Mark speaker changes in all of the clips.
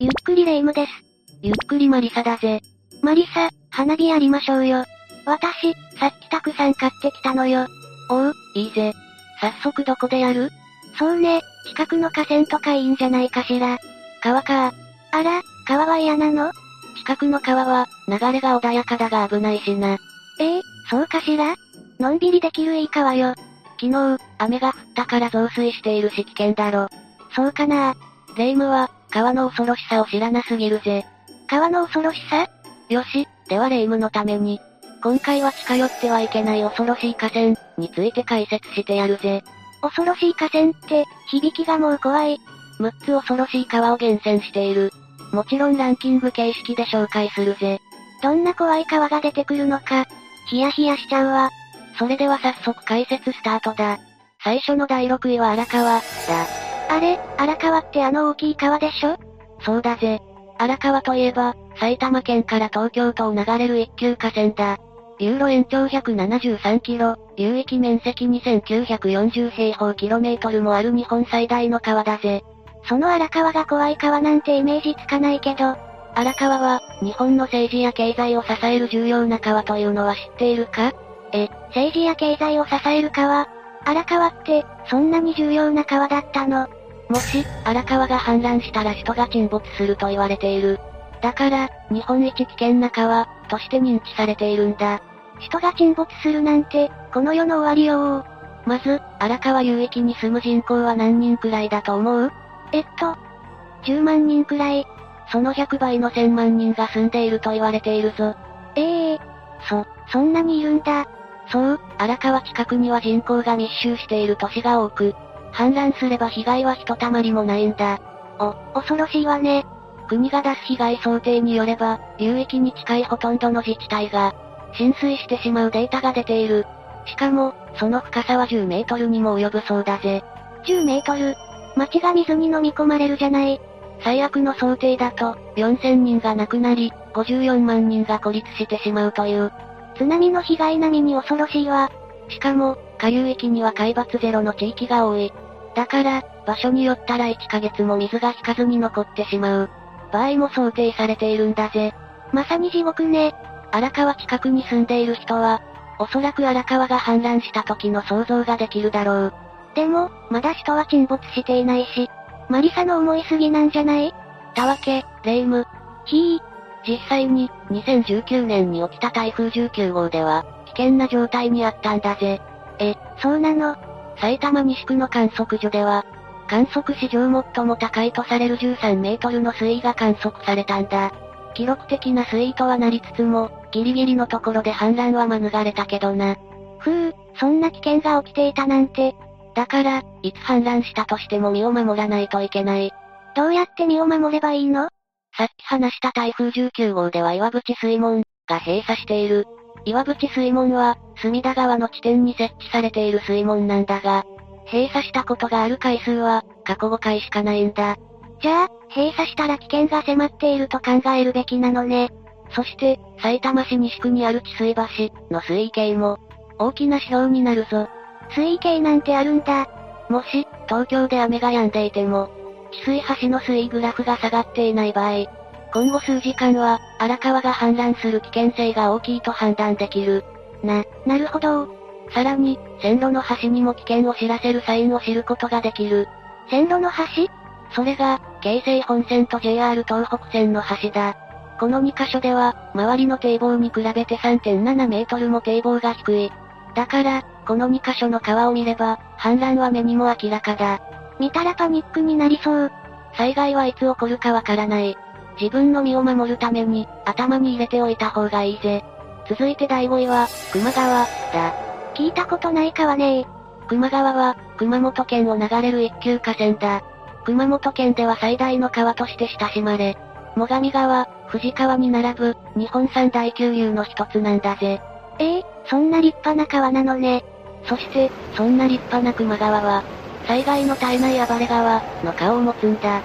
Speaker 1: ゆっくりレ夢ムです。
Speaker 2: ゆっくりマリサだぜ。
Speaker 1: マリサ、花火やりましょうよ。私、さっきたくさん買ってきたのよ。
Speaker 2: おう、いいぜ。早速どこでやる
Speaker 1: そうね、近くの河川とかいいんじゃないかしら。
Speaker 2: 川か。
Speaker 1: あら、川は嫌なの
Speaker 2: 近くの川は、流れが穏やかだが危ないしな。
Speaker 1: ええそうかしらのんびりできるいい川よ。
Speaker 2: 昨日、雨が降ったから増水しているし危険だろ。
Speaker 1: そうかな
Speaker 2: レ夢ムは、川の恐ろしさを知らなすぎるぜ。
Speaker 1: 川の恐ろしさ
Speaker 2: よし、ではレ夢ムのために。今回は近寄ってはいけない恐ろしい河川について解説してやるぜ。
Speaker 1: 恐ろしい河川って、響きがもう怖い。
Speaker 2: 6つ恐ろしい川を厳選している。もちろんランキング形式で紹介するぜ。
Speaker 1: どんな怖い川が出てくるのか。ヒヤヒヤしちゃうわ。
Speaker 2: それでは早速解説スタートだ。最初の第6位は荒川、だ。
Speaker 1: あれ、荒川ってあの大きい川でしょ
Speaker 2: そうだぜ。荒川といえば、埼玉県から東京都を流れる一級河川だ。流路延長173キロ、流域面積2940平方キロメートルもある日本最大の川だぜ。
Speaker 1: その荒川が怖い川なんてイメージつかないけど、
Speaker 2: 荒川は、日本の政治や経済を支える重要な川というのは知っているか
Speaker 1: 政治や経済を支える川。荒川って、そんなに重要な川だったの。
Speaker 2: もし、荒川が氾濫したら首都が沈没すると言われている。だから、日本一危険な川、として認知されているんだ。
Speaker 1: 人が沈没するなんて、この世の終わりよー。
Speaker 2: まず、荒川流域に住む人口は何人くらいだと思う
Speaker 1: えっと、10万人くらい。
Speaker 2: その100倍の1000万人が住んでいると言われているぞ。
Speaker 1: ええ
Speaker 2: そ、
Speaker 1: そんなにいるんだ。
Speaker 2: そう、荒川近くには人口が密集している都市が多く、氾濫すれば被害はひとたまりもないんだ。
Speaker 1: 恐ろしいわね。
Speaker 2: 国が出す被害想定によれば、流域に近いほとんどの自治体が、浸水してしまうデータが出ている。しかも、その深さは10メートルにも及ぶそうだぜ。
Speaker 1: 10メートル。街が水に飲み込まれるじゃない。
Speaker 2: 最悪の想定だと、4000人が亡くなり、54万人が孤立してしまうという。
Speaker 1: 津波の被害並みに恐ろしいわ。
Speaker 2: しかも、下流域には海抜ゼロの地域が多い。だから、場所によったら1ヶ月も水が引かずに残ってしまう。場合も想定されているんだぜ。
Speaker 1: まさに地獄ね。
Speaker 2: 荒川近くに住んでいる人は、おそらく荒川が氾濫した時の想像ができるだろう。
Speaker 1: でも、まだ人は沈没していないし。マリサの思いすぎなんじゃない
Speaker 2: たわけ、レイム。
Speaker 1: ひい、
Speaker 2: 実際に、2019年に起きた台風19号では、危険な状態にあったんだぜ。
Speaker 1: そうなの。
Speaker 2: 埼玉西区の観測所では、観測史上最も高いとされる13メートルの水位が観測されたんだ。記録的な水位とはなりつつも、ギリギリのところで氾濫は免れたけどな。
Speaker 1: ふう、そんな危険が起きていたなんて、
Speaker 2: だから、いつ氾濫したとしても身を守らないといけない。
Speaker 1: どうやって身を守ればいいの
Speaker 2: さっき話した台風19号では岩淵水門が閉鎖している。岩淵水門は、隅田川の地点に設置されている水門なんだが、閉鎖したことがある回数は、過去5回しかないんだ。
Speaker 1: じゃあ、閉鎖したら危険が迫っていると考えるべきなのね。
Speaker 2: そして、埼玉市西区にある治水橋の水位計も、大きな指標になるぞ。
Speaker 1: 水位計なんてあるんだ。
Speaker 2: もし、東京で雨が止んでいても、治水橋の水位グラフが下がっていない場合、今後数時間は、荒川が氾濫する危険性が大きいと判断できる。
Speaker 1: な、なるほど。
Speaker 2: さらに、線路の端にも危険を知らせるサインを知ることができる。
Speaker 1: 線路の端
Speaker 2: それが、京成本線と JR 東北線の橋だ。この2箇所では、周りの堤防に比べて3.7メートルも堤防が低い。だから、この2箇所の川を見れば、氾濫は目にも明らかだ。
Speaker 1: 見たらパニックになりそう。
Speaker 2: 災害はいつ起こるかわからない。自分の身を守るために、頭に入れておいた方がいいぜ。続いて第5位は、熊川、だ。
Speaker 1: 聞いたことない川ねえ。
Speaker 2: 熊川は、熊本県を流れる一級河川だ。熊本県では最大の川として親しまれ、最上川、富士川に並ぶ、日本三大急流の一つなんだぜ。
Speaker 1: ええそんな立派な川なのね。
Speaker 2: そして、そんな立派な熊川は、災害の絶えない暴れ川、の顔を持つんだ。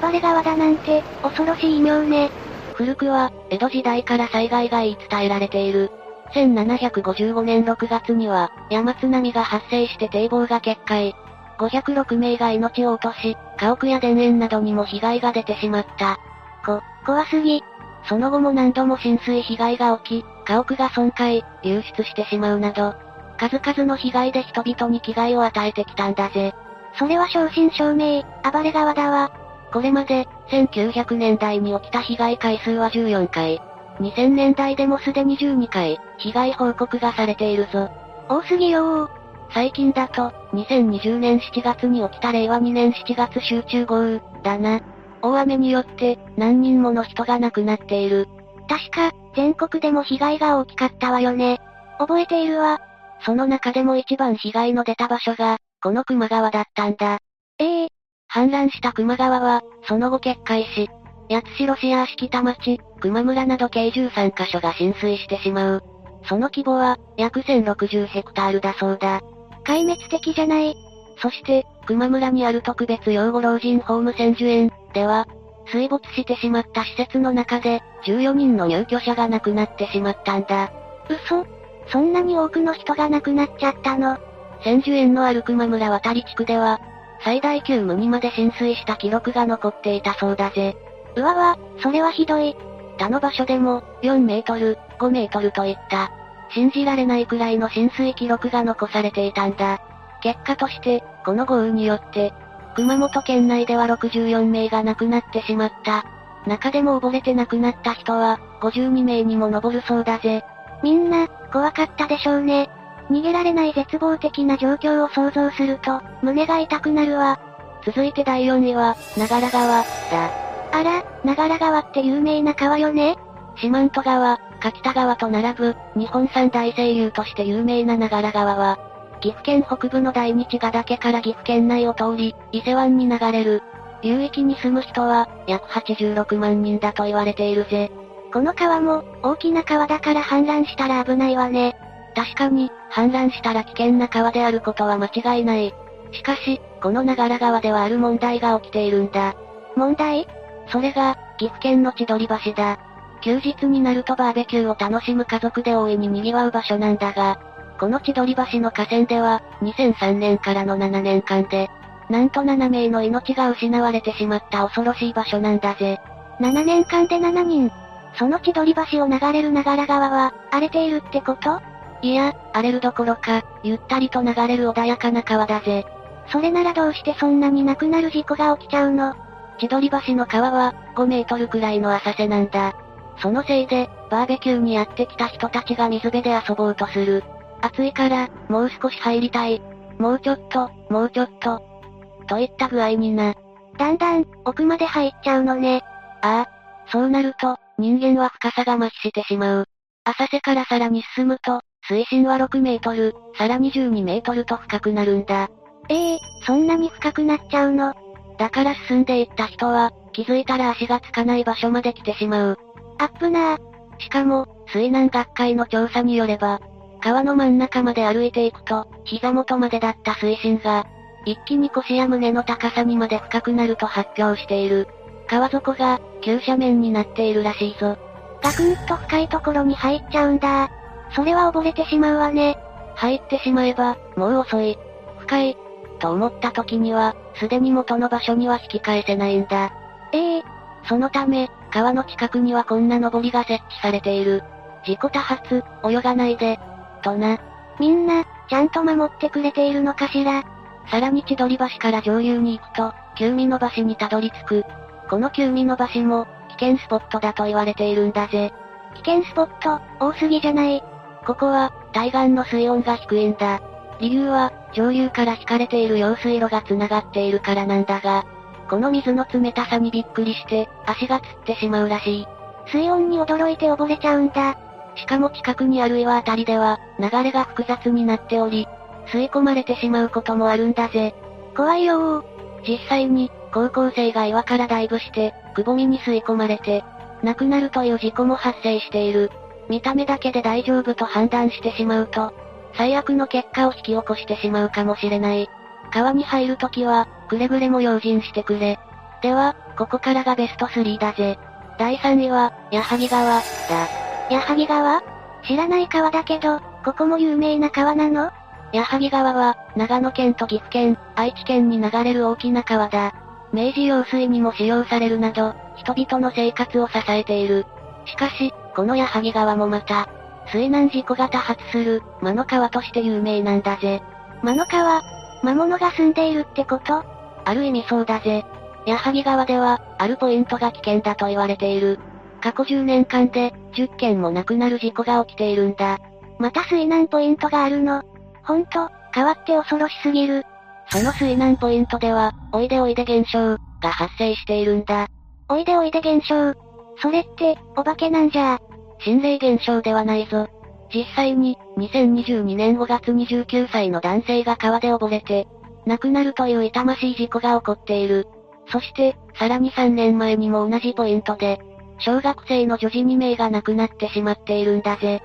Speaker 1: 暴れ川だなんて、恐ろしい異名ね。
Speaker 2: 古くは、江戸時代から災害が言い伝えられている。1755年6月には、山津波が発生して堤防が決壊。506名が命を落とし、家屋や田園などにも被害が出てしまった。湖。
Speaker 1: 怖すぎ。
Speaker 2: その後も何度も浸水被害が起き、家屋が損壊、流出してしまうなど、数々の被害で人々に危害を与えてきたんだぜ。
Speaker 1: それは正真正銘、暴れ川だわ。
Speaker 2: これまで、1900年代に起きた被害回数は14回。2000年代でもすでに12回、被害報告がされているぞ。
Speaker 1: 多すぎよー。
Speaker 2: 最近だと、2020年7月に起きた令和2年7月集中豪雨、だな。大雨によって、何人もの人が亡くなっている。
Speaker 1: 確か、全国でも被害が大きかったわよね。覚えているわ。
Speaker 2: その中でも一番被害の出た場所が、この熊川だったんだ。
Speaker 1: ええー、
Speaker 2: 氾濫した熊川は、その後決壊し、八代市や敷田町、熊村など計13カ所が浸水してしまう。その規模は、約1060ヘクタールだそうだ。
Speaker 1: 壊滅的じゃない。
Speaker 2: そして、熊村にある特別養護老人ホーム千住園では、水没してしまった施設の中で、14人の入居者が亡くなってしまったんだ。
Speaker 1: 嘘そんなに多くの人が亡くなっちゃったの
Speaker 2: 千住園のある熊村渡り地区では、最大級無にまで浸水した記録が残っていたそうだぜ。
Speaker 1: うわわ、それはひどい。
Speaker 2: 他の場所でも、4メートル、5メートルといった、信じられないくらいの浸水記録が残されていたんだ。結果として、この豪雨によって、熊本県内では64名が亡くなってしまった。中でも溺れて亡くなった人は、52名にも上るそうだぜ。
Speaker 1: みんな、怖かったでしょうね。逃げられない絶望的な状況を想像すると、胸が痛くなるわ。
Speaker 2: 続いて第4位は、長良川、だ。
Speaker 1: あら、長良川って有名な川よね
Speaker 2: 四万十川、柿田川と並ぶ、日本三大清流として有名な長良川は、岐阜県北部の大日ヶ岳から岐阜県内を通り、伊勢湾に流れる。流域に住む人は、約86万人だと言われているぜ。
Speaker 1: この川も、大きな川だから氾濫したら危ないわね。
Speaker 2: 確かに、氾濫したら危険な川であることは間違いない。しかし、この長良川ではある問題が起きているんだ。
Speaker 1: 問題
Speaker 2: それが、岐阜県の千鳥橋だ。休日になるとバーベキューを楽しむ家族で大いに賑わう場所なんだが、この千鳥橋の河川では、2003年からの7年間で、なんと7名の命が失われてしまった恐ろしい場所なんだぜ。
Speaker 1: 7年間で7人。その千鳥橋を流れる長良川は、荒れているってこと
Speaker 2: いや、荒れるどころか、ゆったりと流れる穏やかな川だぜ。
Speaker 1: それならどうしてそんなになくなる事故が起きちゃうの
Speaker 2: 千鳥橋の川は、5メートルくらいの浅瀬なんだ。そのせいで、バーベキューにやってきた人たちが水辺で遊ぼうとする。暑いから、もう少し入りたい。もうちょっと、もうちょっと。といった具合にな。
Speaker 1: だんだん、奥まで入っちゃうのね。
Speaker 2: ああ。そうなると、人間は深さが増してしまう。浅瀬からさらに進むと、水深は6メートル、さらに12メートルと深くなるんだ。
Speaker 1: ええー、そんなに深くなっちゃうの。
Speaker 2: だから進んでいった人は、気づいたら足がつかない場所まで来てしまう。
Speaker 1: アップなー。
Speaker 2: しかも、水難学会の調査によれば、川の真ん中まで歩いていくと、膝元までだった水深が、一気に腰や胸の高さにまで深くなると発表している。川底が、急斜面になっているらしいぞ。
Speaker 1: ガクンと深いところに入っちゃうんだ。それは溺れてしまうわね。
Speaker 2: 入ってしまえば、もう遅い。深い。と思った時には、すでに元の場所には引き返せないんだ。
Speaker 1: ええー、
Speaker 2: そのため、川の近くにはこんな登りが設置されている。事故多発、泳がないで、とな。
Speaker 1: みんな、ちゃんと守ってくれているのかしら。
Speaker 2: さらに千鳥橋から上流に行くと、旧美の橋にたどり着く。この旧美の橋も、危険スポットだと言われているんだぜ。
Speaker 1: 危険スポット、多すぎじゃない。
Speaker 2: ここは、対岸の水温が低いんだ。理由は、上流から引かれている用水路が繋がっているからなんだが、この水の冷たさにびっくりして、足がつってしまうらしい。
Speaker 1: 水温に驚いて溺れちゃうんだ。
Speaker 2: しかも近くにある岩あたりでは、流れが複雑になっており、吸い込まれてしまうこともあるんだぜ。
Speaker 1: 怖いよ
Speaker 2: 実際に、高校生が岩からダイブして、くぼみに吸い込まれて、亡くなるという事故も発生している。見た目だけで大丈夫と判断してしまうと、最悪の結果を引き起こしてしまうかもしれない。川に入るときは、くれぐれも用心してくれ。では、ここからがベスト3だぜ。第3位は、矢作川、だ。
Speaker 1: 矢作川知らない川だけど、ここも有名な川なの
Speaker 2: 矢作川は、長野県と岐阜県、愛知県に流れる大きな川だ。明治用水にも使用されるなど、人々の生活を支えている。しかし、この矢作川もまた、水難事故が多発する、魔の川として有名なんだぜ。
Speaker 1: 魔の川魔物が住んでいるってこと
Speaker 2: ある意味そうだぜ。矢作川では、あるポイントが危険だと言われている。過去10年間で、10件もなくなる事故が起きているんだ。
Speaker 1: また水難ポイントがあるの。ほんと、川って恐ろしすぎる。
Speaker 2: その水難ポイントでは、おいでおいで現象、が発生しているんだ。
Speaker 1: おいでおいで現象。それって、お化けなんじゃ。
Speaker 2: 心霊現象ではないぞ。実際に、2022年5月29歳の男性が川で溺れて、亡くなるという痛ましい事故が起こっている。そして、さらに3年前にも同じポイントで、小学生の女児2名が亡くなってしまっているんだぜ。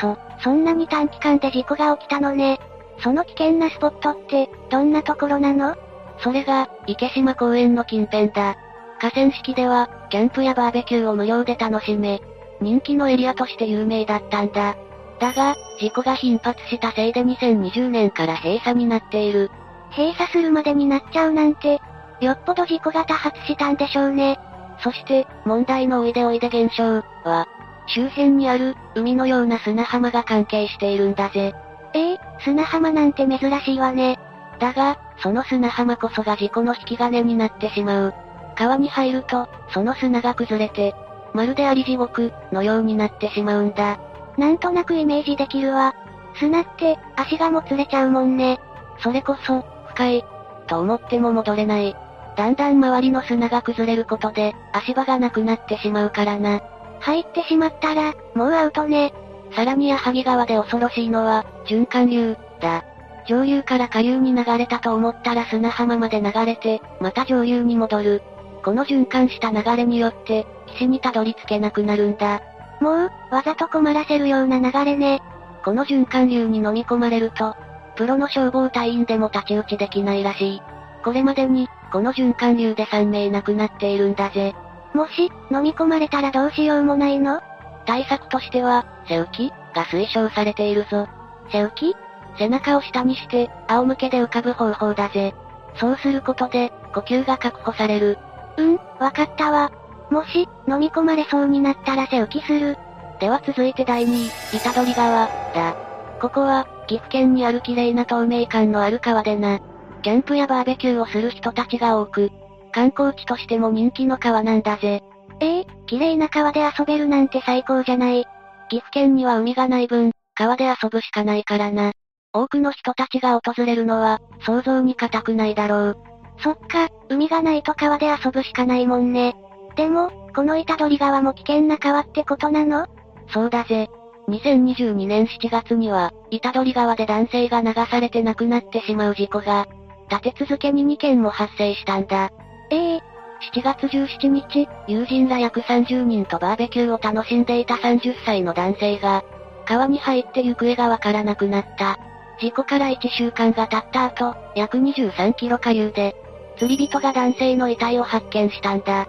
Speaker 1: そ、そんなに短期間で事故が起きたのね。その危険なスポットって、どんなところなの
Speaker 2: それが、池島公園の近辺だ。河川敷では、キャンプやバーベキューを無料で楽しめ、人気のエリアとして有名だったんだ。だが、事故が頻発したせいで2020年から閉鎖になっている。
Speaker 1: 閉鎖するまでになっちゃうなんて、よっぽど事故が多発したんでしょうね。
Speaker 2: そして、問題のおいでおいで現象は、周辺にある、海のような砂浜が関係しているんだぜ。
Speaker 1: ええー、砂浜なんて珍しいわね。
Speaker 2: だが、その砂浜こそが事故の引き金になってしまう。川に入ると、その砂が崩れて、まるであり地獄、のようになってしまうんだ。
Speaker 1: なんとなくイメージできるわ。砂って、足がもつれちゃうもんね。
Speaker 2: それこそ、深い、と思っても戻れない。だんだん周りの砂が崩れることで、足場がなくなってしまうからな。
Speaker 1: 入ってしまったら、もうアウトね。
Speaker 2: さらに矢作川で恐ろしいのは、循環流、だ。上流から下流に流れたと思ったら砂浜まで流れて、また上流に戻る。この循環した流れによって、岸にたどり着けなくなるんだ。
Speaker 1: もう、わざと困らせるような流れね。
Speaker 2: この循環流に飲み込まれると、プロの消防隊員でも太刀打ちできないらしい。これまでに、この循環流で3名亡くなっているんだぜ。
Speaker 1: もし、飲み込まれたらどうしようもないの
Speaker 2: 対策としては、背浮きが推奨されているぞ。
Speaker 1: 背浮き
Speaker 2: 背中を下にして、仰向けで浮かぶ方法だぜ。そうすることで、呼吸が確保される。
Speaker 1: うん、わかったわ。もし、飲み込まれそうになったら背浮きする。
Speaker 2: では続いて第2位、板取川、だ。ここは、岐阜県にある綺麗な透明感のある川でな。キャンプやバーベキューをする人たちが多く、観光地としても人気の川なんだぜ。
Speaker 1: ええー、綺麗な川で遊べるなんて最高じゃない。
Speaker 2: 岐阜県には海がない分、川で遊ぶしかないからな。多くの人たちが訪れるのは、想像に難くないだろう。
Speaker 1: そっか、海がないと川で遊ぶしかないもんね。でも、この板取川も危険な川ってことなの
Speaker 2: そうだぜ。2022年7月には、板取川で男性が流されて亡くなってしまう事故が、立て続けに2件も発生したんだ。
Speaker 1: ええー、
Speaker 2: 7月17日、友人ら約30人とバーベキューを楽しんでいた30歳の男性が、川に入って行方がわからなくなった。事故から1週間が経った後、約23キロ下流で、釣り人が男性の遺体を発見したんだ。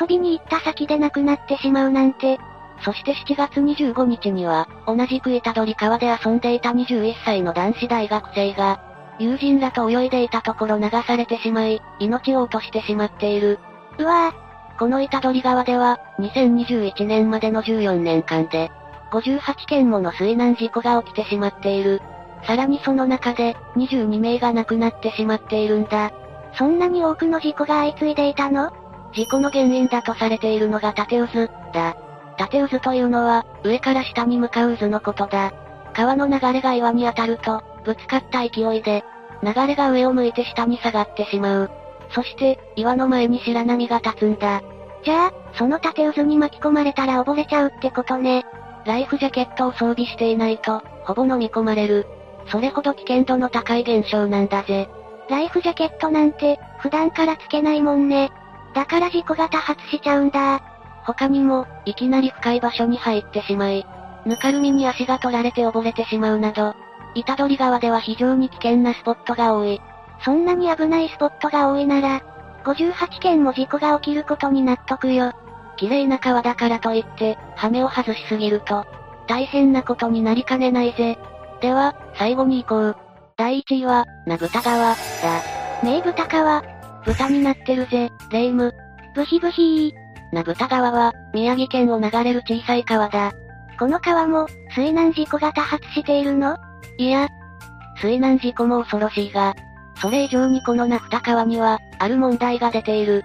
Speaker 1: 遊びに行った先で亡くなってしまうなんて。
Speaker 2: そして7月25日には、同じく板取川で遊んでいた21歳の男子大学生が、友人らと泳いでいたところ流されてしまい、命を落としてしまっている。
Speaker 1: うわぁ。
Speaker 2: この板取川では、2021年までの14年間で、58件もの水難事故が起きてしまっている。さらにその中で、22名が亡くなってしまっているんだ。
Speaker 1: そんなに多くの事故が相次いでいたの
Speaker 2: 事故の原因だとされているのが縦渦、だ。縦渦というのは、上から下に向かう渦のことだ。川の流れが岩に当たると、ぶつかった勢いで、流れが上を向いて下に下がってしまう。そして、岩の前に白波が立つんだ。
Speaker 1: じゃあ、その縦渦に巻き込まれたら溺れちゃうってことね。
Speaker 2: ライフジャケットを装備していないと、ほぼ飲み込まれる。それほど危険度の高い現象なんだぜ。
Speaker 1: ライフジャケットなんて、普段からつけないもんね。だから事故が多発しちゃうんだ。
Speaker 2: 他にも、いきなり深い場所に入ってしまい、ぬかるみに足が取られて溺れてしまうなど、板取川では非常に危険なスポットが多い。
Speaker 1: そんなに危ないスポットが多いなら、58件も事故が起きることに納得よ。
Speaker 2: 綺麗な川だからといって、羽目を外しすぎると、大変なことになりかねないぜ。では、最後に行こう。第1位は、名蓋川、だ。
Speaker 1: 名蓋川、
Speaker 2: 豚になってるぜ、霊夢。
Speaker 1: ブヒブヒー。
Speaker 2: な豚川は、宮城県を流れる小さい川だ。
Speaker 1: この川も、水難事故が多発しているの
Speaker 2: いや、水難事故も恐ろしいが、それ以上にこの名蓋川には、ある問題が出ている。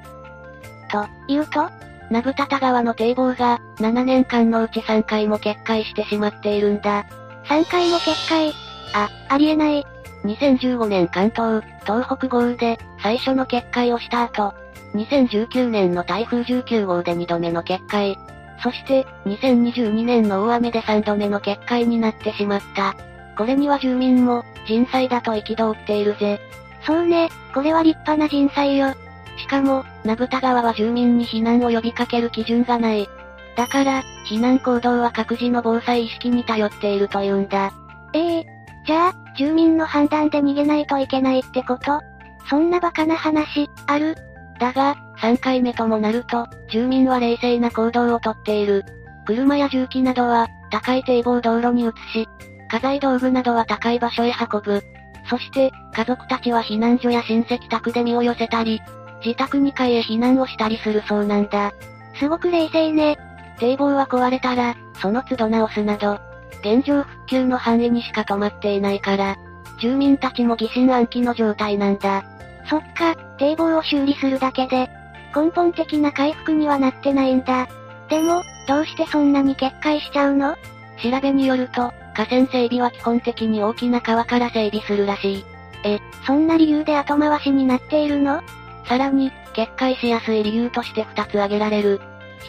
Speaker 1: と、言うと
Speaker 2: 名蓋田川の堤防が、7年間のうち3回も決壊してしまっているんだ。
Speaker 1: 3回も決壊。あ、ありえない。
Speaker 2: 2015年関東、東北豪雨で、最初の決壊をした後、2019年の台風19号で2度目の決壊。そして、2022年の大雨で3度目の決壊になってしまった。これには住民も、人災だと憤っているぜ。
Speaker 1: そうね、これは立派な人災よ。
Speaker 2: しかも、名蓋川は住民に避難を呼びかける基準がない。だから、避難行動は各自の防災意識に頼っているというんだ。
Speaker 1: ええー、じゃあ、住民の判断で逃げないといけないってことそんなバカな話、ある
Speaker 2: だが、3回目ともなると、住民は冷静な行動をとっている。車や重機などは、高い堤防道路に移し、家財道具などは高い場所へ運ぶ。そして、家族たちは避難所や親戚宅で身を寄せたり、自宅2階へ避難をしたりするそうなんだ。
Speaker 1: すごく冷静ね。
Speaker 2: 堤防は壊れたら、その都度直すなど、現状復旧の範囲にしか止まっていないから、住民たちも疑心暗鬼の状態なんだ。
Speaker 1: そっか、堤防を修理するだけで、根本的な回復にはなってないんだ。でも、どうしてそんなに決壊しちゃうの
Speaker 2: 調べによると、河川整備は基本的に大きな川から整備するらしい。
Speaker 1: え、そんな理由で後回しになっているの
Speaker 2: さらに、決壊しやすい理由として2つ挙げられる。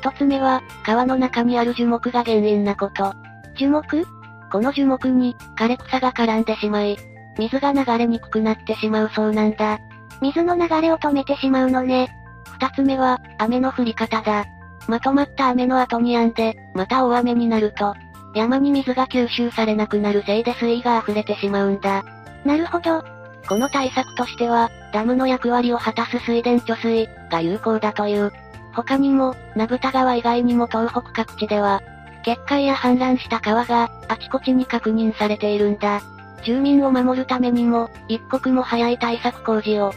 Speaker 2: 1つ目は、川の中にある樹木が原因なこと。
Speaker 1: 樹木
Speaker 2: この樹木に、枯れ草が絡んでしまい、水が流れにくくなってしまうそうなんだ。
Speaker 1: 水の流れを止めてしまうのね。
Speaker 2: 2つ目は、雨の降り方だ。まとまった雨の後に止んで、また大雨になると、山に水が吸収されなくなるせいで水位が溢れてしまうんだ。
Speaker 1: なるほど。
Speaker 2: この対策としては、ダムの役割を果たす水田貯水が有効だという。他にも、名蓋川以外にも東北各地では、決壊や氾濫した川があちこちに確認されているんだ。住民を守るためにも、一刻も早い対策工事を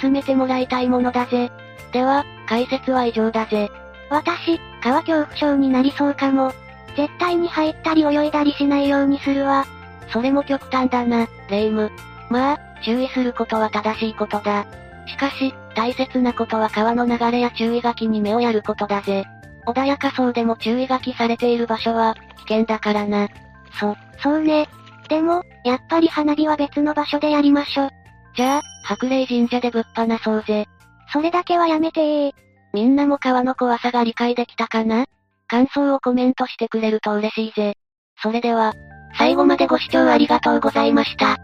Speaker 2: 進めてもらいたいものだぜ。では、解説は以上だぜ。
Speaker 1: 私、川恐怖症になりそうかも。絶対に入ったり泳いだりしないようにするわ。
Speaker 2: それも極端だな、レイム。まあ、注意することは正しいことだ。しかし、大切なことは川の流れや注意書きに目をやることだぜ。穏やかそうでも注意書きされている場所は、危険だからな。
Speaker 1: そ、そうね。でも、やっぱり花火は別の場所でやりましょ。
Speaker 2: じゃあ、白霊神社でぶっ放そうぜ。
Speaker 1: それだけはやめてー。
Speaker 2: みんなも川の怖さが理解できたかな感想をコメントしてくれると嬉しいぜ。それでは、
Speaker 1: 最後までご視聴ありがとうございました。